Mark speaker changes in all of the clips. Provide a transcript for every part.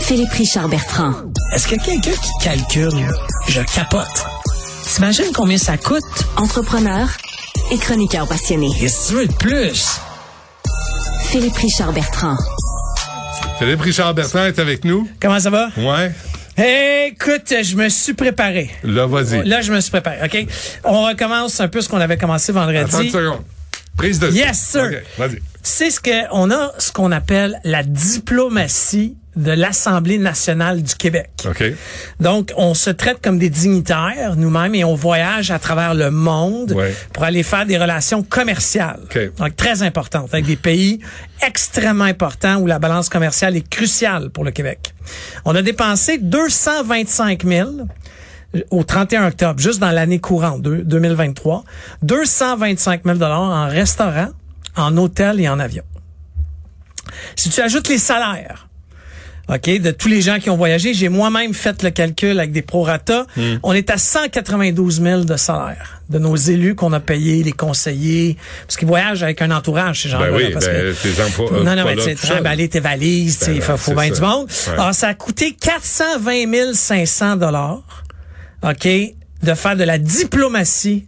Speaker 1: Philippe Richard Bertrand.
Speaker 2: Est-ce que quelqu'un qui calcule, je capote. T'imagines combien ça coûte?
Speaker 1: Entrepreneur et chroniqueur passionné.
Speaker 2: Qu'est-ce que tu veux de plus?
Speaker 1: Philippe Richard Bertrand.
Speaker 3: Philippe Richard Bertrand est avec nous.
Speaker 4: Comment ça va?
Speaker 3: Ouais.
Speaker 4: Écoute, je me suis préparé.
Speaker 3: Là, vas-y.
Speaker 4: Là, je me suis préparé, OK? On recommence un peu ce qu'on avait commencé vendredi.
Speaker 3: Attends une seconde. Prise de.
Speaker 4: Yes, sir.
Speaker 3: OK, vas-y.
Speaker 4: Tu sais ce que on a ce qu'on appelle la diplomatie de l'Assemblée nationale du Québec.
Speaker 3: OK.
Speaker 4: Donc, on se traite comme des dignitaires nous-mêmes et on voyage à travers le monde
Speaker 3: Ouais.
Speaker 4: pour aller faire des relations commerciales.
Speaker 3: OK.
Speaker 4: Donc, très importantes avec des pays extrêmement importants où la balance commerciale est cruciale pour le Québec. On a dépensé 225 000 euh, au 31 octobre, juste dans l'année courante, deux- 2023, 225 000 en restaurant, en hôtel et en avion. Si tu ajoutes les salaires, OK, de tous les gens qui ont voyagé, j'ai moi-même fait le calcul avec des prorata.
Speaker 3: Hmm.
Speaker 4: On est à 192 000 de salaire de nos élus qu'on a payés, les conseillers, parce qu'ils voyagent avec un entourage, ces gens-là.
Speaker 3: Ben oui,
Speaker 4: parce
Speaker 3: ben,
Speaker 4: que-
Speaker 3: tes emplois-
Speaker 4: Non, non,
Speaker 3: pas
Speaker 4: mais
Speaker 3: là
Speaker 4: tu sais,
Speaker 3: tout seul.
Speaker 4: trimballer tes valises, tu sais, il
Speaker 3: ben,
Speaker 4: faut, faut
Speaker 3: c'est
Speaker 4: bien du
Speaker 3: ça.
Speaker 4: monde.
Speaker 3: Ouais.
Speaker 4: Alors, ça a coûté 420 500 dollars, OK, de faire de la diplomatie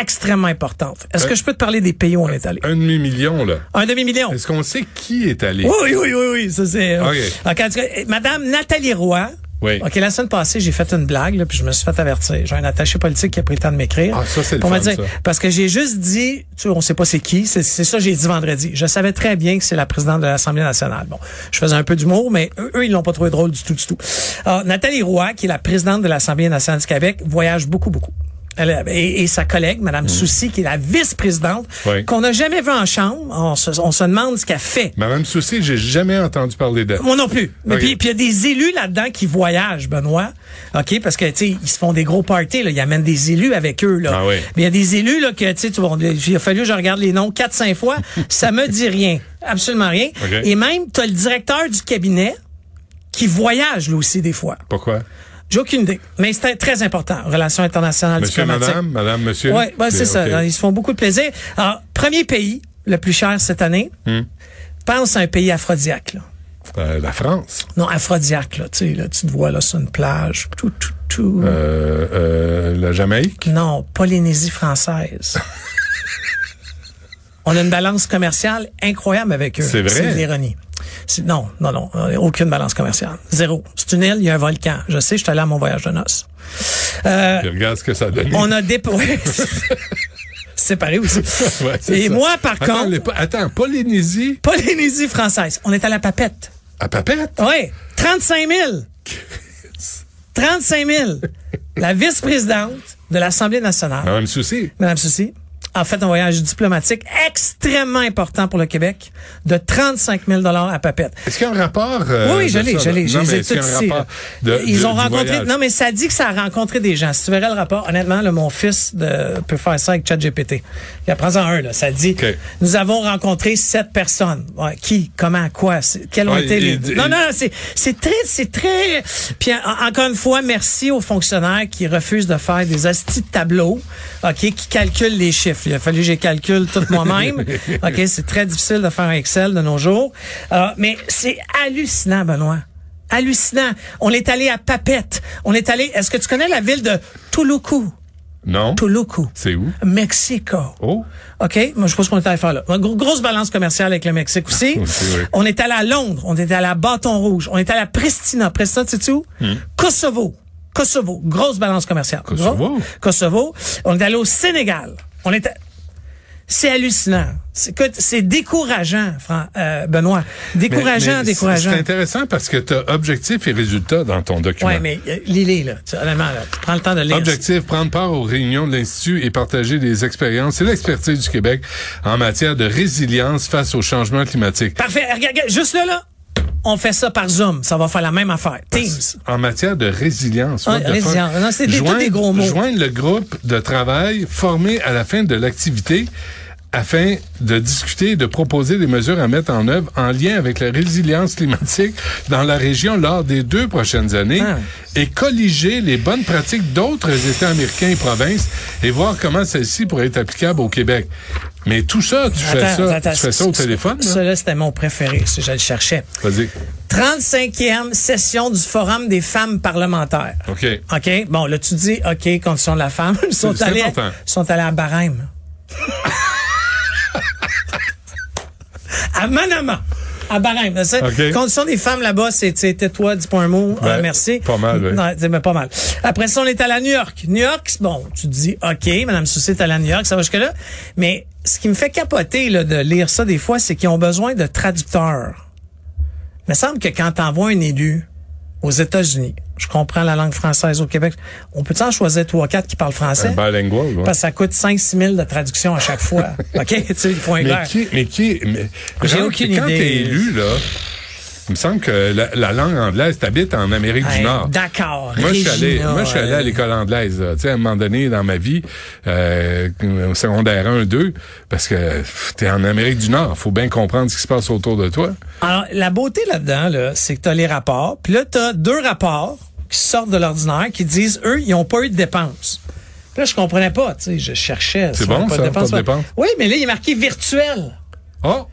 Speaker 4: extrêmement importante.
Speaker 3: Euh,
Speaker 4: Est-ce que je peux te parler des pays où on est allé?
Speaker 3: Un demi-million, là.
Speaker 4: Un demi-million.
Speaker 3: Est-ce qu'on sait qui est allé?
Speaker 4: Oui, oui, oui, oui, ça c'est.
Speaker 3: OK.
Speaker 4: OK, en tout cas, eh, Madame Nathalie Roy.
Speaker 3: Oui.
Speaker 4: OK, la semaine passée, j'ai fait une blague, là, puis je me suis fait avertir. J'ai un attaché politique qui a pris le temps de m'écrire.
Speaker 3: Ah, ça, c'est le
Speaker 4: Pour me
Speaker 3: fun,
Speaker 4: dire,
Speaker 3: ça.
Speaker 4: parce que j'ai juste dit, tu sais, on sait pas c'est qui, c'est c'est ça que j'ai dit vendredi. Je savais très bien que c'est la présidente de l'Assemblée nationale. Bon, je faisais un peu d'humour, mais eux, eux, ils l'ont pas trouvé drôle du tout, du tout. Alors, Nathalie Roy, qui est la présidente de l'Assemblée nationale du Québec, voyage beaucoup, beaucoup. Elle, et, et sa collègue, Madame Soucy, qui est la vice-présidente,
Speaker 3: Mm. Oui.
Speaker 4: qu'on n'a jamais vue en chambre. On se, on se demande ce qu'elle fait.
Speaker 3: Mais même souci, j'ai jamais entendu parler d'elle.
Speaker 4: Moi non plus. Mais
Speaker 3: Ok.
Speaker 4: puis puis il y a des élus là-dedans qui voyagent, Benoît. OK? Parce que, tu sais, ils se font des gros parties, là. Ils amènent des élus avec eux, là.
Speaker 3: Ah oui.
Speaker 4: Mais il y a des élus, là, que, tu sais, tu vois, il a fallu que je regarde les noms 4-5 fois. ça me dit rien. Absolument rien.
Speaker 3: Ok.
Speaker 4: Et même, tu as le directeur du cabinet qui voyage, lui aussi, des fois.
Speaker 3: Pourquoi?
Speaker 4: J'ai aucune idée. Mais c'était très important, relations internationales
Speaker 3: Monsieur,
Speaker 4: diplomatiques.
Speaker 3: madame, madame, monsieur.
Speaker 4: Oui, ouais, c'est ça.
Speaker 3: OK.
Speaker 4: Ils se font beaucoup de plaisir. Alors, premier pays le plus cher cette année,
Speaker 3: Hmm.
Speaker 4: pense à un pays aphrodisiaque, là.
Speaker 3: Euh, la France.
Speaker 4: Non, aphrodisiaque, là, tu sais, là, tu te vois, là, sur une plage, tout, tout, tout.
Speaker 3: Euh, euh, la Jamaïque.
Speaker 4: Non, Polynésie française. On a une balance commerciale incroyable avec eux.
Speaker 3: C'est vrai?
Speaker 4: C'est de l'ironie. C'est- Non, non, non, euh, aucune balance commerciale. Zéro. C'est une île, il y a un volcan. Je sais, je suis allé à mon voyage de noces. Euh,
Speaker 3: Puis regarde ce que ça donne.
Speaker 4: on a déposé... Séparé aussi.
Speaker 3: Ouais, c'est
Speaker 4: Et
Speaker 3: ça.
Speaker 4: moi, par
Speaker 3: Attends,
Speaker 4: contre,
Speaker 3: les po- Attends, Polynésie
Speaker 4: Polynésie française, on est à la papette.
Speaker 3: à Papette?
Speaker 4: Oui, 35 000. 35 000. La vice-présidente de l'Assemblée nationale,
Speaker 3: Madame Souci.
Speaker 4: Madame Soucy, a fait un voyage diplomatique extrêmement important pour le Québec de 35 000 à Papette.
Speaker 3: Est-ce qu'il y a un rapport? euh,
Speaker 4: Oui, oui, je
Speaker 3: de
Speaker 4: l'ai,
Speaker 3: ça,
Speaker 4: je
Speaker 3: là?
Speaker 4: l'ai.
Speaker 3: Non,
Speaker 4: Je
Speaker 3: mais
Speaker 4: les ai
Speaker 3: est-ce qu'il y a
Speaker 4: tous
Speaker 3: un
Speaker 4: ici,
Speaker 3: rapport
Speaker 4: là.
Speaker 3: de-
Speaker 4: Ils
Speaker 3: du-
Speaker 4: ont
Speaker 3: du
Speaker 4: rencontré.
Speaker 3: voyage?
Speaker 4: Non, mais ça dit que ça a rencontré des gens. Si tu verrais le rapport, honnêtement, là, mon fils de- peut faire ça avec ChatGPT. Il apprend en un, là. Ça dit
Speaker 3: OK.
Speaker 4: Nous avons rencontré sept personnes. Ouais, qui, comment, quoi? c'est- Quels ont
Speaker 3: Ouais,
Speaker 4: été
Speaker 3: il-
Speaker 4: les.
Speaker 3: il-
Speaker 4: non, non, non, c'est, c'est très, c'est très. Puis en- encore une fois, merci aux fonctionnaires qui refusent de faire des astis de tableau, ok, qui calculent les chiffres. Il a fallu que je calcule tout moi-même. ok, c'est très difficile de faire un Excel de nos jours. Alors, mais c'est hallucinant, Benoît. Hallucinant. On est allé à Papette. On est allé. Est-ce que tu connais la ville de Tuluku?
Speaker 3: Non.
Speaker 4: Tuluku.
Speaker 3: C'est où?
Speaker 4: Mexico.
Speaker 3: Oh.
Speaker 4: OK? Moi, je pense qu'on est allé faire là. Une gro- grosse balance commerciale avec le Mexique aussi.
Speaker 3: Aussi, Ah, oui.
Speaker 4: On est allé à Londres. On est allé à Bâton Rouge. On est allé à Pristina. Pristina, tu sais où?
Speaker 3: Hmm.
Speaker 4: Kosovo. Kosovo. Grosse balance commerciale.
Speaker 3: Kosovo?
Speaker 4: Gros- Kosovo. On est allé au Sénégal. On est à- C'est hallucinant. C'est- Écoute, c'est décourageant, Fran- euh, Benoît. Décourageant,
Speaker 3: Mais- mais
Speaker 4: décourageant.
Speaker 3: C'est intéressant parce que tu as objectif et résultat dans ton document.
Speaker 4: Ouais, mais euh, lis-les, là. Tu- Honnêtement, là. Prends le temps de lire.
Speaker 3: Objectif, prendre part aux réunions de l'Institut et partager les expériences et l'expertise du Québec en matière de résilience face au changement climatique.
Speaker 4: Parfait. Regarde, regarde, juste là, là. On fait ça par Zoom. Ça va faire la même affaire. Teams.
Speaker 3: En matière de résilience. what
Speaker 4: Ouais,
Speaker 3: the fuck?
Speaker 4: résilience. Non, c'est des- tous des gros mots.
Speaker 3: Joindre le groupe de travail formé à la fin de l'activité afin de discuter et de proposer des mesures à mettre en œuvre en lien avec la résilience climatique dans la région lors des deux prochaines années
Speaker 4: Ah.
Speaker 3: et colliger les bonnes pratiques d'autres États américains et provinces et voir comment celles-ci pourraient être applicables au Québec. Mais tout ça, tu fais ça, tu fais ça au
Speaker 4: ce-
Speaker 3: téléphone, là?
Speaker 4: Ça, là, c'était mon préféré, si je le cherchais.
Speaker 3: Vas-y.
Speaker 4: 35e session du Forum des femmes parlementaires.
Speaker 3: OK.
Speaker 4: OK? Bon, là, tu dis, OK, condition de la femme. Ils sont,
Speaker 3: C'est- c'est
Speaker 4: allés,
Speaker 3: important.
Speaker 4: ils sont allés à Barème. à Manama. À Barème. là, c'est-
Speaker 3: OK.
Speaker 4: Condition des femmes là-bas, c'est, tu sais, tais-toi, dis pas un mot,
Speaker 3: Ouais,
Speaker 4: euh, merci.
Speaker 3: pas mal, ouais.
Speaker 4: Non, c'est- mais pas mal. Après ça, on est allé à New York. New York, c'est bon, tu te dis, OK, Madame Soucy est allée à New York, ça va jusque-là. Mais ce qui me fait capoter, là, de lire ça des fois, c'est qu'ils ont besoin de traducteurs. Il me semble que quand t'envoies un élu aux États-Unis, je comprends la langue française au Québec, on peut en choisir trois, quatre qui parlent français?
Speaker 3: Un bilingual, Eh ben, ouais.
Speaker 4: Parce que ça coûte 5-6 000 de traduction à chaque fois. OK? Tu sais, ils font un
Speaker 3: Mais
Speaker 4: verre.
Speaker 3: qui, mais qui, mais,
Speaker 4: J'ai
Speaker 3: Jean,
Speaker 4: aucune
Speaker 3: quand
Speaker 4: idée.
Speaker 3: t'es élu, là, il me semble que la, la langue anglaise, t'habites en Amérique
Speaker 4: Hey,
Speaker 3: du Nord.
Speaker 4: D'accord.
Speaker 3: Moi, je suis allé,
Speaker 4: Regina,
Speaker 3: moi, je suis allé à
Speaker 4: euh,
Speaker 3: l'école anglaise, là. tu sais, à un moment donné dans ma vie, euh, au secondaire 1, 2, parce que pff, t'es en Amérique du Nord, faut bien comprendre ce qui se passe autour de toi.
Speaker 4: Alors, la beauté là-dedans, là, c'est que tu as les rapports. Puis là, tu as deux rapports qui sortent de l'ordinaire qui disent, eux, ils n'ont pas eu de dépenses. Puis là, je comprenais pas. Tu sais, je cherchais.
Speaker 3: C'est
Speaker 4: si on
Speaker 3: bon,
Speaker 4: a
Speaker 3: ça, pas de
Speaker 4: ouais.
Speaker 3: dépenses?
Speaker 4: Oui, mais là, il est marqué virtuel.
Speaker 3: Oh,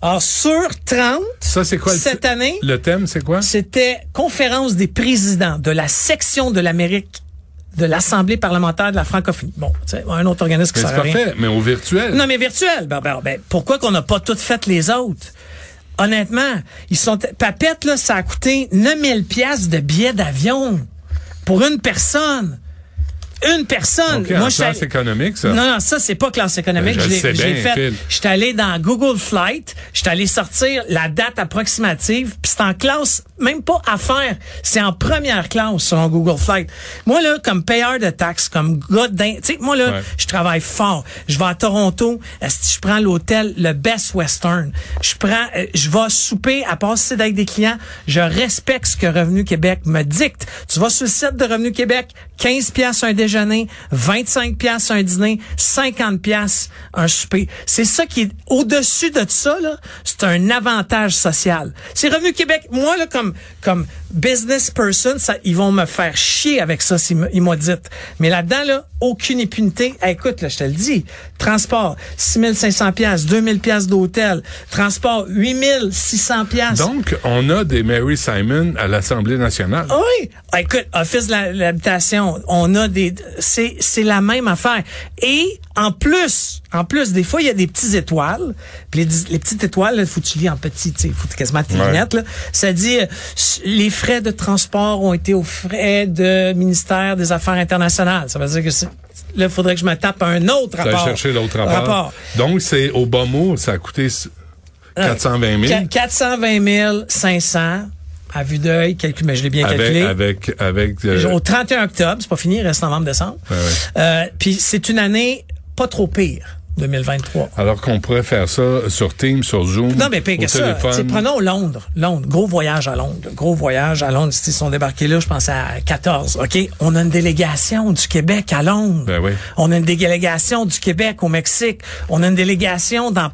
Speaker 4: Alors, sur 30,
Speaker 3: ça c'est quoi le-
Speaker 4: cette année,
Speaker 3: Le thème, c'est quoi
Speaker 4: c'était conférence des présidents de la section de l'Amérique de l'Assemblée parlementaire de la francophonie. Bon, tu sais, un autre organisme qui
Speaker 3: Mais
Speaker 4: sert
Speaker 3: c'est
Speaker 4: à rien.
Speaker 3: parfait, mais au virtuel.
Speaker 4: Non, mais virtuel. Ben, ben, ben, pourquoi qu'on n'a pas toutes faites les autres? Honnêtement, ils sont. Papette, là, ça a coûté 9000 pièces de billets d'avion pour une personne. Une personne.
Speaker 3: Ok, en
Speaker 4: je suis
Speaker 3: classe
Speaker 4: allé-
Speaker 3: économique, ça.
Speaker 4: Non, non, ça, c'est pas classe économique.
Speaker 3: Ben, je
Speaker 4: l'ai-
Speaker 3: le sais
Speaker 4: j'ai
Speaker 3: bien,
Speaker 4: fait.
Speaker 3: Phil.
Speaker 4: J'étais allé dans Google Flight. J'étais allé sortir la date approximative. Puis c'est en classe, même pas à faire. C'est en première classe selon Google Flight. Moi, là, comme payeur de taxes, comme gars d'in- Tu sais, moi, là,
Speaker 3: Ouais.
Speaker 4: je travaille fort. Je vais à Toronto. esti, Je prends l'hôtel, le Best Western. Je prends, euh, je vais souper à passer avec des clients. Je respecte ce que Revenu Québec me dicte. Tu vas sur le site de Revenu Québec, 15 pièces un déjeuner, 25 pièces un dîner, 50 pièces un souper. C'est ça qui est au-dessus de ça, là. C'est un avantage social. C'est Revenu Québec. Moi, là, comme, comme business person, ça, ils vont me faire chier avec ça s'ils me- ils m'auditent. Mais là-dedans, là, aucune impunité. Hey, écoute, là, je te le dis. Transport, 6500 pièces, 2000 pièces d'hôtel. Transport, 8600 pièces.
Speaker 3: Donc, on a des Mary Simon à l'Assemblée nationale.
Speaker 4: Oui. Ah, Écoute, Office de la- l'habitation, on a des, c'est, c'est la même affaire. Et, en plus, en plus, des fois, il y a des petites étoiles. Puis les, dis- les petites étoiles, il faut que tu lis en petit, tu sais, faut quasiment tes
Speaker 3: Ouais.
Speaker 4: lunettes, là. Ça dit, euh, les frais de transport ont été aux frais de ministère des Affaires internationales. Ça veut dire que c'est, là, faudrait que je me tape un autre
Speaker 3: Tu
Speaker 4: rapport.
Speaker 3: vas chercher l'autre rapport.
Speaker 4: Rapport. Euh,
Speaker 3: Donc, c'est au bas mot, ça a coûté s- 420 000.
Speaker 4: Qu- 420 500 à vue d'œil, calcul, mais je l'ai bien
Speaker 3: Avec,
Speaker 4: calculé.
Speaker 3: avec, avec, euh,
Speaker 4: Au 31 octobre, c'est pas fini, il reste novembre, décembre.
Speaker 3: Ouais, ouais.
Speaker 4: Euh, Puis c'est une année pas trop pire, 2023.
Speaker 3: alors qu'on pourrait faire ça sur Teams, sur Zoom,
Speaker 4: Non, mais pire
Speaker 3: au
Speaker 4: que ça.
Speaker 3: téléphone.
Speaker 4: T'sais, Prenons Londres. Londres. Gros voyage à Londres. Gros voyage à Londres. Ils sont débarqués là, je pense, à 14. OK? On a une délégation du Québec à Londres.
Speaker 3: Ben oui.
Speaker 4: On a une délégation du Québec au Mexique. On a une délégation dans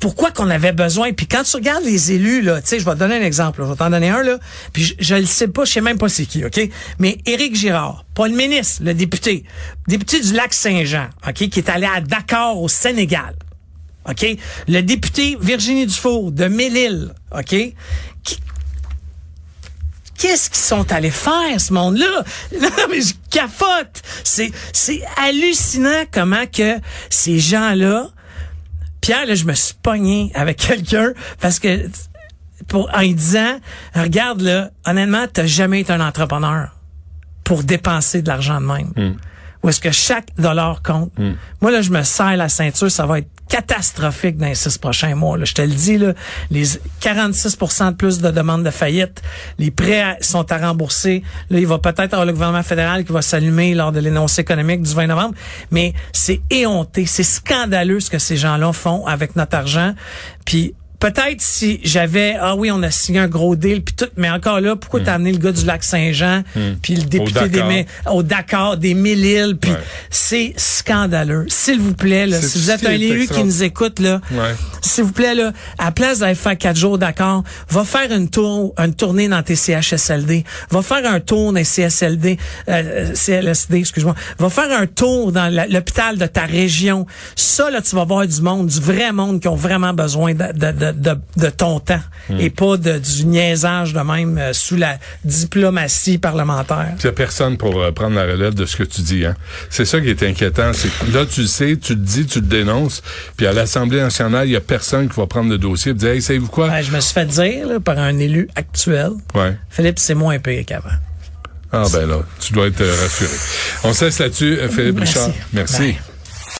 Speaker 4: pourquoi qu'on avait besoin. Puis quand tu regardes les élus, là, tu sais, je vais te donner un exemple. là. je vais t'en donner un, là. Puis je, je le sais pas, je sais même pas c'est qui, OK? Mais Éric Girard, pas le ministre, le député, député du lac Saint-Jean, OK, qui est allé à Dakar au Sénégal. OK? Le député Virginie Dufour de Mélile, OK? Qui- Qu'est-ce qu'ils sont allés faire, ce monde-là? Non, mais je capote! C'est, c'est hallucinant comment que ces gens-là, Pierre, là, je me suis pogné avec quelqu'un parce que pour en lui disant Regarde là, honnêtement, t'as jamais été un entrepreneur pour dépenser de l'argent de même. Où est-ce que chaque dollar compte? Moi, là, je me serre la ceinture, ça va être catastrophique dans les six prochains mois. là. Je te le dis, là, les 46 de plus de demandes de faillite, les prêts à- sont à rembourser. Là, il va peut-être avoir le gouvernement fédéral qui va s'allumer lors de l'énoncé économique du 20 novembre, mais c'est éhonté, c'est scandaleux ce que ces gens-là font avec notre argent. Puis Peut-être si j'avais ah oui on a signé un gros deal puis tout mais encore là pourquoi t'as amené le gars du lac Saint-Jean puis le député des
Speaker 3: Dakar.
Speaker 4: Mé- au Dakar des mille îles puis
Speaker 3: Ouais.
Speaker 4: c'est scandaleux s'il vous plaît là,
Speaker 3: C'est
Speaker 4: si
Speaker 3: tout
Speaker 4: vous
Speaker 3: ce
Speaker 4: êtes
Speaker 3: qui
Speaker 4: un
Speaker 3: est
Speaker 4: élu
Speaker 3: extra-
Speaker 4: qui nous écoute là
Speaker 3: Ouais.
Speaker 4: s'il vous plaît là à place d'aller faire quatre jours Dakar va faire une tour une tournée dans tes CHSLD va faire un tour dans les CSLD euh, CLSD excuse-moi va faire un tour dans la- l'hôpital de ta région ça là tu vas voir du monde du vrai monde qui ont vraiment besoin de- de- de- de, de, de ton temps
Speaker 3: Hmm.
Speaker 4: et pas de, du niaisage de même euh, sous la diplomatie parlementaire.
Speaker 3: Il n'y a personne pour euh, prendre la relève de ce que tu dis. Hein. C'est ça qui est inquiétant. C'est que là, tu le sais, tu le dis, tu le dénonces. Puis à l'Assemblée nationale, il n'y a personne qui va prendre le dossier et dire Hey, savez-vous quoi?
Speaker 4: Ben, je me suis fait dire là, par un élu actuel,
Speaker 3: Ouais.
Speaker 4: Philippe, c'est moins pire qu'avant.
Speaker 3: Ah ben là, tu dois être euh, rassuré. On cesse là-dessus, euh, Philippe
Speaker 4: Merci.
Speaker 3: Richard. Merci.
Speaker 4: Bye.